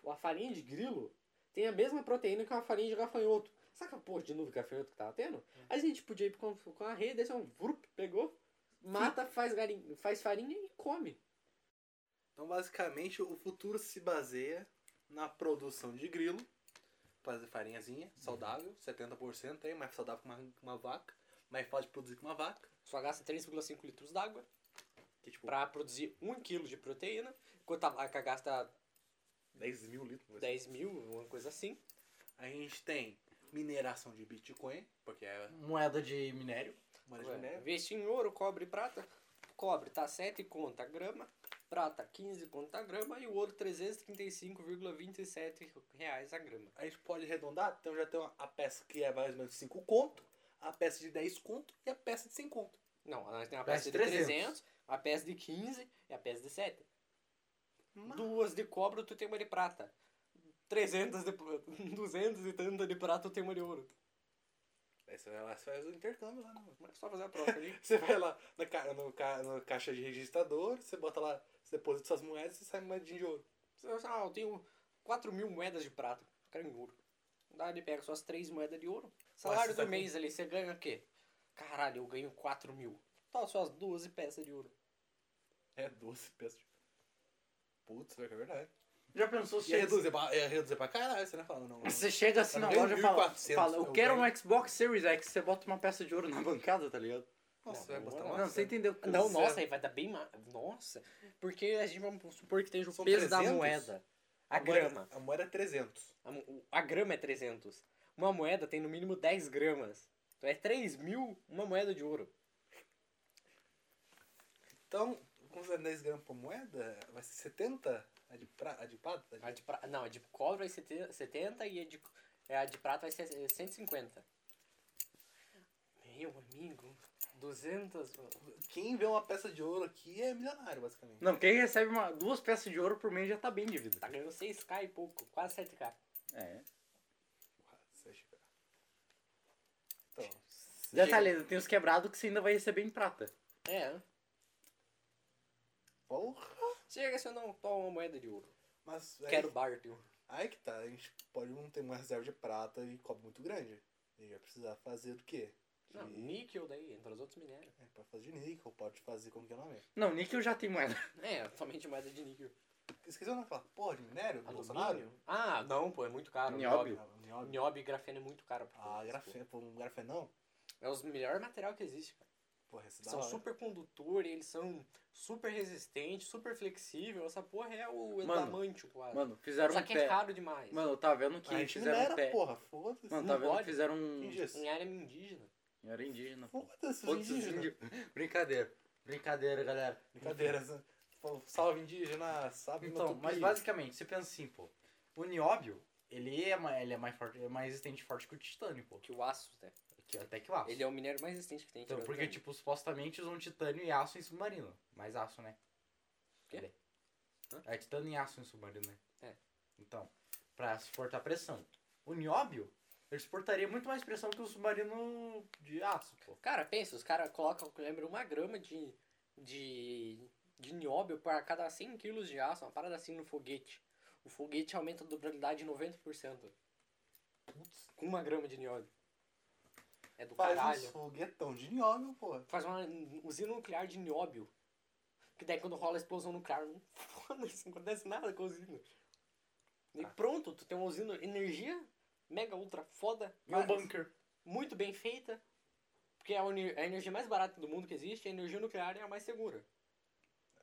S3: a farinha de grilo tem a mesma proteína que a farinha de gafanhoto. Saca a porra de nuvem de gafanhoto que tava tendo? Aí a gente podia ir com, com a rede, aí só um vrup, pegou, mata, faz, garim, faz farinha e come.
S1: Então, basicamente, o futuro se baseia na produção de grilo. Fazer farinhazinha, saudável, 70% aí, mais saudável que uma, que uma vaca. Mais fácil de produzir que uma vaca.
S3: Só gasta 3,5 litros d'água.
S1: Que tipo,
S3: para produzir 1 kg de proteína, enquanto a vaca gasta
S1: 10 mil litros.
S3: 10 mil, uma coisa assim.
S1: A gente tem mineração de Bitcoin, porque é
S2: moeda de minério.
S1: moeda de minério.
S3: Investir em ouro, cobre e prata. Cobre tá 7 conto a grama, prata 15 conto a grama e o ouro 335,27 reais a grama.
S1: A gente pode arredondar, então já tem uma- a peça que é mais ou menos 5 conto, a peça de 10 conto e a peça de 100 conto.
S3: Não, nós temos a peça de
S2: Peça de
S3: 300, a peça de 15 e a peça de 7. Duas de cobre, tu tem uma de prata. 300 de... pro- 200 e tanta de prata, tu tem uma de ouro.
S1: Aí você vai lá, você faz o intercâmbio lá. né?
S3: Mas é só fazer a troca ali.
S1: Você vai lá na, ca- no, ca- no caixa de registrador, você bota lá, você deposita suas moedas e sai moedinha de ouro.
S3: Você fala assim, Ah, eu tenho 4 mil moedas de prata. Cara, em ouro. Daí ele pega suas 3 moedas de ouro. Salário
S1: você tá
S3: do
S1: com-
S3: mês ali, você ganha o quê? Caralho, eu ganho 4 mil. Tá, suas 12 peças de ouro.
S1: É 12 peças. de- Putz, velho, que é verdade.
S2: Já pensou se
S1: Ia reduzir pra, ia reduzir é, pra caralho, você não fala, não. né? não.
S2: Você chega assim
S1: Eu
S2: na
S1: ganho
S2: loja e fala,
S1: 1.400,
S2: fala,
S1: eu
S2: eu quero
S1: ganho.
S2: um Xbox Series X, você bota uma peça de ouro na bancada, tá ligado?
S1: Nossa, você vai
S3: não,
S1: botar
S3: não,
S1: uma.
S2: não, você entendeu.
S3: Não,
S1: Zero.
S3: nossa, aí vai dar bem mais. Nossa. Porque a gente vamos supor que esteja o
S1: São
S3: peso da
S1: 300?
S3: moeda. A
S1: moeda-
S3: grama.
S1: A moeda é 300.
S3: A, mo- a grama é 300. Uma moeda tem no mínimo 10 gramas. Então é 3 mil uma moeda de ouro.
S1: Então, considerando 10 gramas por moeda, vai ser 70? A de, pra, a de prata?
S3: A de pra... Não, a de cobre vai ser te- 70 e a de... é, a de prata vai ser 150. Meu amigo, 200...
S1: Quem vê uma peça de ouro aqui é milionário, basicamente.
S2: Não, quem recebe uma, duas peças de ouro por mês já tá bem de vida.
S3: Tá ganhando 6k e pouco, quase 7k.
S2: É.
S1: Porra, você vai chegar. Então, você
S2: Detalhe,
S1: chega-
S2: ainda tá tem os quebrados que você ainda vai receber em prata.
S3: É.
S1: Porra,
S3: Chega se eu não tomo uma moeda de ouro.
S1: mas aí,
S3: Quero barter.
S1: aí que tá, a gente pode não ter uma reserva de prata e cobre muito grande. A gente vai precisar fazer do quê? De,
S3: Não, níquel daí, entre os outros minérios.
S1: é, pode fazer de níquel, pode fazer como que é o nome?
S2: Não, níquel já tem moeda.
S3: É, somente moeda de níquel.
S1: Esqueceu o nome falar, porra, de minério? do Bolsonaro?
S3: Alumínio? Ah, não, pô, é muito caro.
S2: Nióbio.
S1: Ah, nióbio.
S3: Nióbio e grafeno é muito caro. pra
S1: Ah,
S3: fazer isso, pô.
S1: grafeno, pô, um grafenão?
S3: É os melhores material que existe, cara.
S1: Porra, esse é da
S3: são
S2: um
S1: hora.
S3: super condutores, eles são super resistentes, super flexíveis. Essa porra é o
S2: Mano,
S3: adamantio quase.
S2: Mano, fizeram
S3: Só
S2: um
S3: que é
S2: pé.
S3: raro demais.
S2: Mano, eu tava vendo que
S1: A gente
S2: fizeram um
S1: minera,
S2: pé.
S1: porra, foda-se.
S2: Mano,
S3: Não
S2: tá vendo que
S3: pode.
S2: fizeram um.
S1: Finge isso.
S3: Em área indígena.
S2: Era indígena. pô.
S1: Foda-se, os
S2: Foda-se os
S1: indígenas.
S2: indi- Brincadeira. Brincadeira, galera.
S1: Brincadeiras, né? Fala, Salve indígena, sabe
S2: Então,
S1: Matupi."
S2: mas basicamente, você pensa assim, pô. O nióbio, ele é, ma- ele é mais forte, é mais resistente e forte que o titânio, pô.
S3: Que o aço, né?
S2: Que até que o aço.
S3: Ele é o minério mais resistente que é tem.
S2: Então,
S3: tirando
S2: porque,
S3: grana.
S2: tipo, supostamente usam titânio e aço em submarino. Mais aço, né?
S3: Quê?
S2: Cadê?
S3: Hã?
S2: É titânio e aço em submarino, né?
S3: É.
S2: Então, pra suportar pressão. O nióbio, ele suportaria muito mais pressão que o submarino de aço, pô.
S3: Cara, pensa, os caras colocam, lembra, uma grama de, de, de nióbio para cada 100 quilos de aço, uma parada assim no foguete. O foguete aumenta a durabilidade em 90%.
S1: Putz,
S3: Com uma grama de nióbio. É do
S1: Faz um
S3: caralho.
S1: uns foguetão de nióbio, pô.
S3: Faz uma usina nuclear de nióbio. Que daí quando rola a explosão nuclear, não, foda-se, não acontece nada com a usina. E
S4: Tá.
S3: pronto, tu tem uma usina energia mega ultra foda,
S2: E um
S1: Mas-
S2: bunker.
S3: muito bem feita. Porque é a uni- a energia mais barata do mundo que existe, a energia nuclear é a mais segura.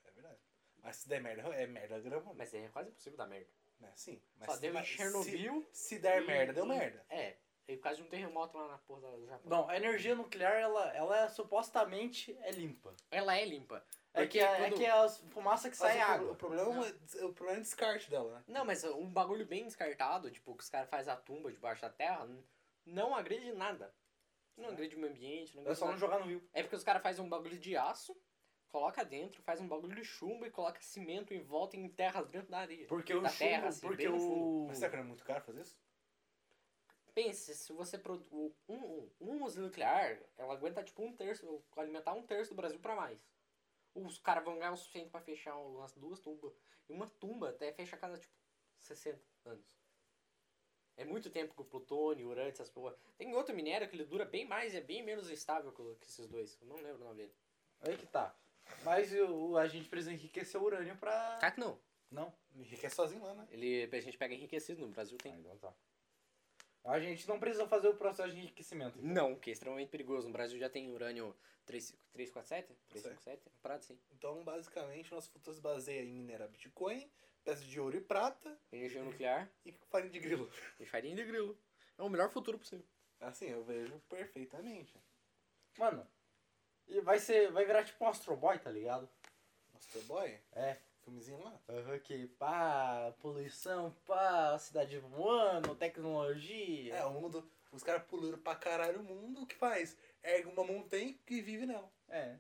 S1: É verdade. Mas se der merda, é merda grama. Mas,
S3: Mas é quase impossível dar merda.
S1: né? Sim. Mas
S3: Só deu em
S1: mas
S3: Chernobyl.
S1: Se, se der
S3: e-
S1: merda, deu
S3: e-
S1: merda.
S3: É, e por causa de um terremoto lá na porra do Japão.
S2: Não, a energia nuclear, ela, ela é, supostamente é limpa.
S3: Ela é limpa.
S2: É
S3: Porque
S2: que, é,
S3: quando-
S2: que é as fumaça que sai
S1: Mas o, pro-
S2: água.
S1: o problema é o problema é o descarte dela, né?
S3: Não, mas um bagulho bem descartado, tipo, que os caras fazem a tumba debaixo da terra, n- não agride nada. Não agride o meio ambiente, não
S2: É
S3: agride
S2: só não
S3: nada.
S2: jogar no rio.
S3: É porque os caras fazem um bagulho de aço, coloca dentro, faz um bagulho de chumbo e coloca cimento em volta e enterra dentro da areia.
S2: Porque o
S3: Da terra,
S2: chumbo,
S3: assim,
S2: porque
S3: bem no
S2: o...
S1: Mas será que não é muito caro fazer isso?
S3: Pense, se você produz. Um, um, um usina nuclear, ela aguenta tipo um terço, alimentar um terço do Brasil pra mais. Os caras vão ganhar o suficiente pra fechar um, umas duas tumbas. E uma tumba até fecha a cada tipo 60 anos. É muito tempo que o plutônio, urânio, essas porra. Tem outro minério que ele dura bem mais e é bem menos estável que, o- que esses dois. Eu não lembro o nome dele.
S2: Aí que tá. Mas o, a gente precisa enriquecer o urânio pra...
S3: Claro que não.
S2: Não?
S1: Enriquece sozinho lá, né?
S3: Ele, a gente pega enriquecido no Brasil,
S2: Ah,
S3: tem.
S2: então tá. A gente não precisa fazer o processo de enriquecimento. então.
S3: Não, que é extremamente perigoso. No Brasil já tem urânio 3, 347? 357? Parado, sim.
S1: Então, basicamente, nosso futuro se baseia em minerar Bitcoin, peças de ouro e prata
S3: Energia nuclear.
S1: e farinha de grilo.
S3: E farinha de grilo. É o melhor futuro possível.
S1: Assim, eu vejo perfeitamente.
S2: Mano, e vai ser. Vai virar tipo um Astro Boy, tá ligado?
S1: Nossa, boy,
S2: É.
S1: filmezinho lá.
S2: Que pá, poluição, pá, cidade voando, tecnologia.
S1: É, o mundo, os caras pulando pra caralho o mundo, o que faz? Ergue uma montanha e vive nela.
S2: É,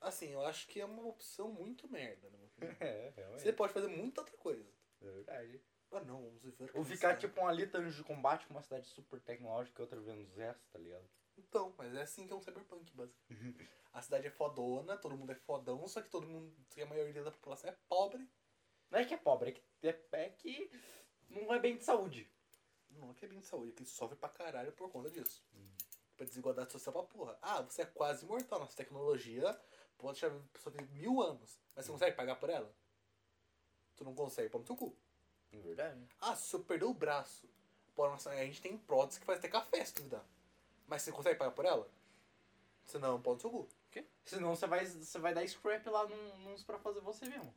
S1: Assim, eu acho que é uma opção muito merda, na minha opinião.
S2: é, realmente.
S1: Você pode fazer muita outra coisa.
S2: É verdade.
S1: Ah, não, vamos viver né?
S2: Ou
S1: como
S2: ficar
S1: está.
S2: tipo um ali anjo de combate com uma cidade super tecnológica e outra vendo os restos, tá ligado?
S1: Então, mas é assim que é um cyberpunk, basicamente.
S2: Uhum.
S1: a cidade é fodona, todo mundo é fodão, só que todo mundo, só que a maioria da população é pobre.
S2: Não é que é pobre, é que, é, é que não é bem de saúde.
S1: Não é que é bem de saúde, é que sofre pra caralho por conta disso. Pra desigualdade social pra porra. Ah, você é quase imortal, nossa tecnologia pode deixar a pessoa ter mil anos, mas você consegue pagar por ela? Tu não consegue, põe no teu cu.
S2: É verdade.
S1: Ah, se eu perder o braço, pô, nossa, a gente tem prótese que faz até café se duvidar. Mas você consegue pagar por ela? Se não, põe no seu cu.
S2: Senão você vai, você vai dar scrap lá num- nos pra fazer você mesmo.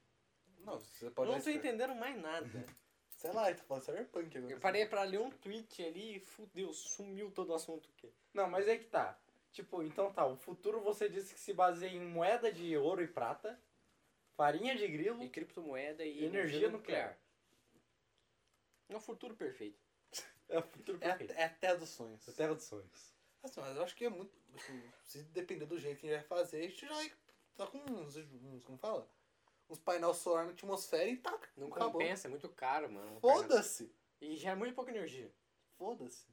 S1: Não, você pode É,
S3: não
S1: dar
S3: tô
S1: isso pra-
S3: entendendo mais nada.
S1: Sei lá, ele tá falando cyberpunk agora.
S3: Eu parei pra ler um tweet ali e fudeu, sumiu todo o assunto. aqui.
S2: Não, mas é que tá. Tipo, então tá, o futuro você disse que se baseia em moeda de ouro e prata, farinha de
S1: Uhum.
S2: grilo
S3: E criptomoeda e
S2: e energia nuclear.
S3: É um futuro perfeito.
S2: É o futuro
S1: É,
S2: perfeito.
S1: a- é a terra dos sonhos.
S2: A terra dos sonhos.
S1: Assim, mas eu acho que é muito. assim, se depender do jeito que a gente vai fazer, a gente já vai tá com uns, uns. Como fala? Uns painel solar na atmosfera e taca.
S3: Não
S1: acabou.
S3: compensa, é muito caro, mano.
S1: Foda-se!
S3: E gera muito pouca energia.
S1: Foda-se.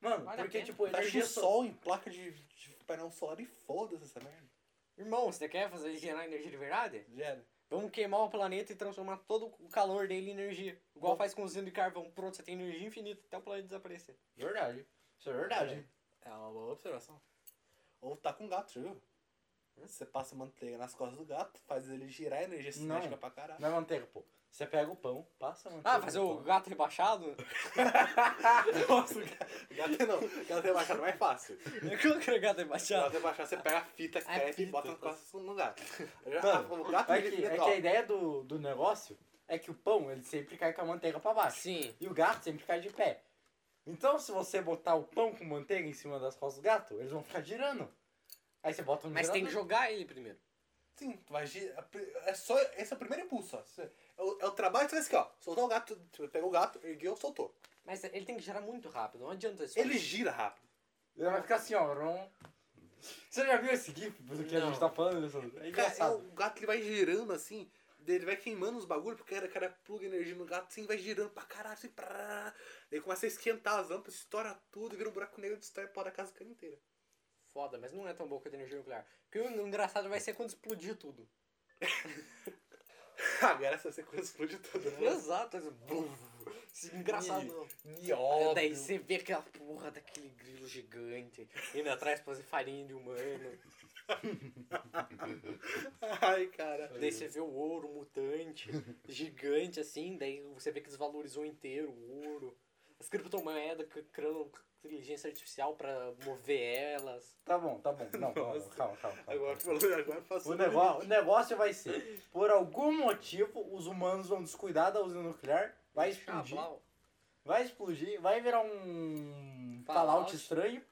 S2: Mano,
S3: Vale a
S2: porque
S3: pena.
S2: tipo,
S1: Taxa o
S2: energia solar.
S1: sol em placa de, de painel solar e foda-se essa merda.
S3: Irmão, você quer fazer gerar energia de verdade?
S1: Gera.
S3: Vamos queimar o planeta e transformar todo o calor dele em energia. Igual
S1: Bom.
S3: faz com usina de carvão. Pronto, você tem energia infinita até o planeta desaparecer.
S2: Verdade. Isso é verdade.
S1: É uma boa observação. Ou tá com um gato, já viu? Você passa manteiga nas costas do gato, faz ele girar a energia cinética pra caralho.
S2: Não é manteiga, pô. Você pega o pão, passa a
S1: Tá
S2: manteiga.
S3: Ah, fazer
S2: no
S3: o
S1: então.
S2: pão.
S3: gato rebaixado?
S1: Nossa, o gato, gato não. Gato rebaixado é mais fácil.
S3: Como que era o gato
S1: Pra
S3: rebaixado?
S1: você baixar, você pega a fita que
S3: A
S1: cresce e
S3: fita.
S1: bota nas costas do gato.
S2: Mano,
S1: o gato
S2: É que, é
S1: legal.
S2: que a ideia do, do negócio é que o pão, ele sempre cai com a manteiga pra
S1: Ah,
S2: baixo.
S3: Sim.
S2: E o gato sempre cai de pé. Então, se você botar o pão com manteiga em cima das costas do gato, eles vão ficar girando. Aí você bota no
S3: Mas tem que
S2: girador.
S3: jogar ele primeiro.
S1: Sim, tu vai gi- a pri- É só, esse é o primeiro impulso, ó. Você- É o, é o trabalho que você faz aqui, ó. Soltar o gato, tipo, pegou o gato, ergueu, soltou.
S3: Mas ele tem que girar muito rápido, não adianta isso.
S1: Ele gira rápido.
S2: Ele vai ficar assim, ó. ron. Você já viu esse gif do que a
S3: Não.
S2: gente tá falando? Alessandro? É
S1: Cara, é
S2: engraçado.
S1: o gato ele vai girando assim, daí ele vai queimando os bagulhos, porque o cara pluga energia no gato assim, vai girando pra caralho, assim, prá. Daí começa a esquentar as lâmpadas, estoura tudo, vira um buraco negro, destrói a porra da casa inteira.
S3: Foda, mas não é tão boa quanto a energia nuclear. Porque o engraçado vai ser quando explodir tudo.
S1: Agora essa sequência explode toda. Uhum.
S3: Exato. assim, blum. Isso é engraçado,
S1: Ih.
S3: não.
S1: Nióbio.
S3: Daí você vê aquela porra daquele grilo gigante indo atrás pra fazer farinha de humano.
S1: Ai, cara.
S3: Daí você vê o ouro mutante, gigante assim, daí você vê que desvalorizou inteiro o ouro. As criptomoedas cri- criando inteligência artificial pra mover elas.
S2: Tá bom, tá bom. Não, calma,
S1: Nossa.
S2: calma, calma. calma.
S1: Agora falou, agora passou.
S2: O negócio, o negócio vai ser, por algum motivo, os humanos vão descuidar da usina nuclear, vai
S3: é
S2: explodir,
S3: Chablau.
S2: vai explodir, vai virar um
S3: Fallout.
S2: Fallout estranho.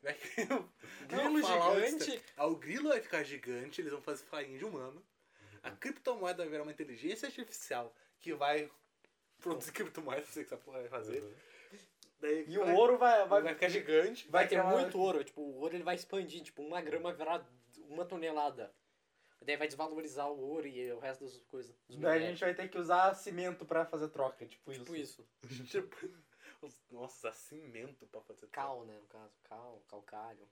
S3: Grilo
S1: Não, falar o
S3: gigante.
S1: Ah, o grilo vai ficar gigante, eles vão fazer farinha de humano. A
S2: Uhum.
S1: criptomoeda vai virar uma inteligência artificial que vai produzir criptomoedas, não sei o que essa porra vai fazer. Daí
S2: Uhum. E o ouro vai,
S1: vai,
S2: vai,
S1: vai ficar gigante.
S3: Vai ter
S2: criar uma-
S3: muito ouro. Tipo, o ouro ele vai expandir. Tipo, uma grama vai virar uma tonelada. Daí vai desvalorizar o ouro e o resto das coisas. dos
S2: Daí a
S3: minerais.
S2: gente vai ter que usar cimento pra fazer troca, tipo,
S3: Tipo
S2: isso.
S3: isso.
S1: tipo, os- nossa, cimento pra fazer.
S3: Cal, né, no caso. Cal, calcário.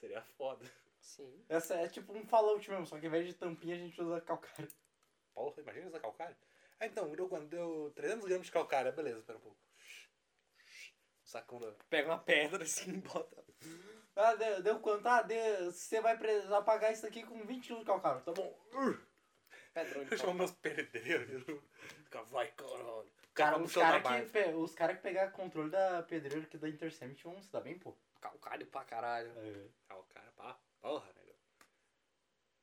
S1: Seria foda.
S3: Sim.
S2: Essa é tipo um Fallout mesmo, só que ao invés de tampinha a gente usa calcário.
S1: Porra, imagina usar calcário. Ah, então, deu, quando deu 300 gramas de calcário. Beleza, pera um pouco. Sacão da...
S3: Pega uma pedra assim e bota.
S2: Ah, deu, deu quanto? Ah, deu- você vai precisar pagar isso aqui com 20 quilos de calcário, tá bom?
S3: Pedrão de
S1: Eu chamo
S3: cal.
S1: meus perdedeiros. Fica, vai, caralho.
S2: Cara,
S1: Fica
S2: os
S1: puxando a
S2: caras
S1: barba.
S2: que, pe- os cara que pegar controle da pedreira aqui da Intercept vão se dar bem, pô.
S3: Calcário pra caralho.
S1: Calcário, Ah, pá, porra, velho.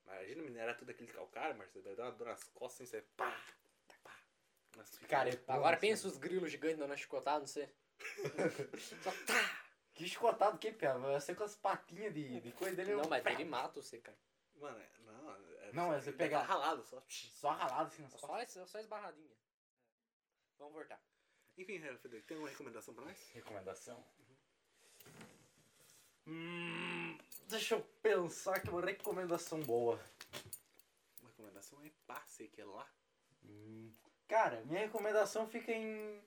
S1: Imagina minerar tudo aquele calcário, Marcelo. Deve dar uma dor nas costas sem ser pá, tá, pá. Nossa, fica-
S2: Cara, é bom,
S3: Agora
S2: assim.
S3: pensa os grilos gigantes dando uma chicotada, não sei. Só tá.
S2: Que chicotado que pega. Vai ser com as patinhas de, de coisa dele.
S3: Não,
S2: eu-
S3: mas daí ele mata você, cara.
S1: Mano, é- não. É,
S2: Não, é você
S1: dá
S2: pegar-
S1: aquela ralada só.
S2: Só ralado assim nas costas.
S3: Só, esse- só esbarradinha. Vamos voltar.
S1: Enfim, é, Federico, tem alguma recomendação pra nós?
S2: Recomendação? Hum, deixa eu pensar que é uma recomendação boa.
S1: Uma recomendação é pá, sei que é lá.
S2: Hum, cara, minha recomendação fica em.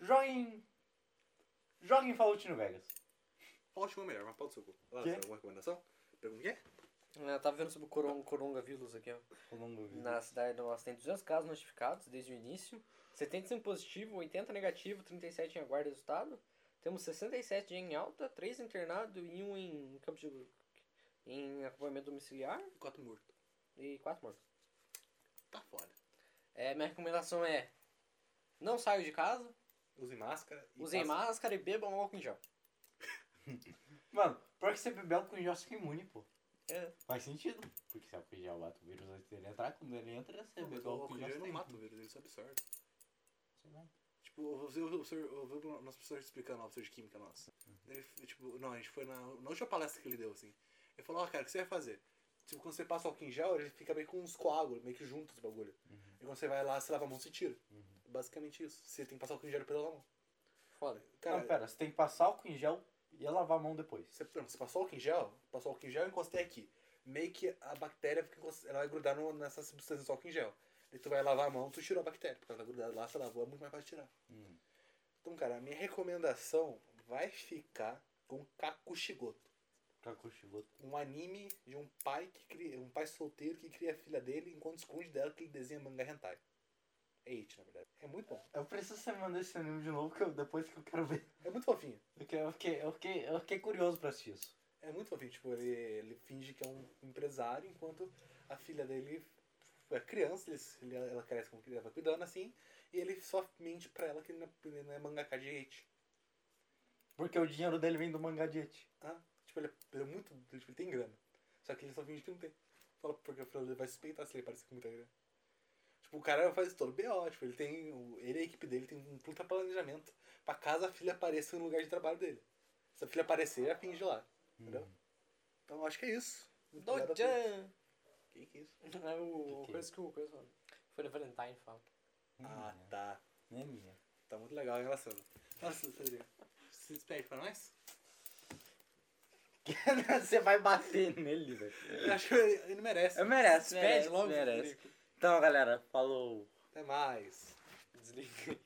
S2: Joguem. Joguem Fallout no Vegas.
S1: Ótimo é melhor, mas pau do seu cu. Lá,
S2: Quê?
S1: tem alguma recomendação? Pergunta o quê?
S3: É, Eu tava vendo sobre o coron coronavírus aqui, ó.
S2: Eu não duvido.
S3: Na cidade do Norte tem 200 casos notificados desde o início, 75 positivo, 80 negativo, 37 em aguarda do estado. Temos 67 em alta, 3 internado e 1 em campo de em acompanhamento domiciliar
S1: Quatro morto.
S3: e 4 mortos.
S1: Tá foda.
S3: É, minha recomendação é não saiam de casa,
S1: Usem máscara. e
S3: usem
S1: façam-
S3: máscara e bebam álcool em gel.
S2: Mano, pior que você beber álcool em gel, você fica imune, pô.
S3: É.
S2: Faz sentido. Porque se álcool em gel bate o vírus antes dele entrar, quando ele entra, você
S1: Não, mas
S2: bebe
S1: o
S2: álcool
S1: álcool
S2: em
S1: em gel
S2: gel.
S1: não
S2: você
S1: mata o
S2: tem-
S1: vírus, é ele só absorve.
S2: sei lá.
S1: Tipo, eu ouvi o senhor- eu ouvi o nosso professor explicando, o professor de química nosso.
S2: Uhum.
S1: Ele, tipo, não, a gente foi na, na última palestra que ele deu, assim. Ele falou, ó, cara, o que você vai fazer? Tipo, quando você passa o álcool em gel, ele fica meio com uns coágulos, meio que juntos os bagulho. E quando você vai lá, você lava a mão, você tira.
S2: Uhum.
S1: Basicamente isso. Você tem que passar álcool em gel pela mão.
S3: Foda.
S1: Cara,
S2: Não, pera, você tem que passar álcool em gel e lavar a mão depois.
S1: você, não, você passou álcool em gel, passou álcool em gel e encostei aqui. Meio que a bactéria fica, encos- ela vai grudar no, nessa substância do álcool em gel. E tu vai lavar a mão, tu tirou a bactéria. Porque ela tá grudada lá, você lavou, é muito mais fácil tirar.
S2: Hum,
S1: Então, cara, a minha recomendação vai ficar com Kakushigoto.
S2: Cacochigoto.
S1: Um anime de um pai que cria, um pai solteiro que cria a filha dele enquanto esconde dela que ele desenha manga hentai. É it, na verdade. É muito bom.
S2: Eu preciso que você me mandar esse anime de novo, que eu, depois que eu quero ver.
S1: É muito fofinho.
S2: Eu fiquei, eu fiquei, eu fiquei, eu fiquei curioso pra assistir isso.
S1: É muito fofinho. Tipo, ele, ele finge que é um empresário enquanto a filha dele é criança, ele, ele- ela cresce como criança, vai cuidando assim, e ele só mente pra ela que ele não é- ele não é mangaka de it.
S2: Porque o dinheiro dele vem do mangá de Eti.
S1: Ah, tipo, ele é, ele é muito. Ele, tipo, ele tem grana. Só que ele só finge que não tem. Fala porque ele vai suspeitar se ele parecer com muita grana. Tipo, o cara faz todo B.O. Tipo, ele tem. o- Ele e a equipe dele tem um puta planejamento pra caso a filha apareça no lugar de trabalho dele. Se a filha aparecer, já finge lá. Entendeu? Então eu acho que é isso. Muito obrigado a todos.
S3: Dojan!
S1: Que que é isso?
S3: É o
S2: Que que é?
S3: coisa que o coisa fala. Foi o Valentine fala.
S2: Hum,
S1: Ah, tá.
S2: Não é minha.
S1: Tá muito legal a relação. Nossa, Frederico. Se despede pra nós?
S2: você vai bater nele, velho.
S1: Eu acho que ele ele merece.
S2: Eu mereço,
S3: Despede
S2: merece,
S3: logo,
S2: merece.
S3: Frederico.
S2: Então, galera, falou.
S1: Até mais.
S3: Desliga.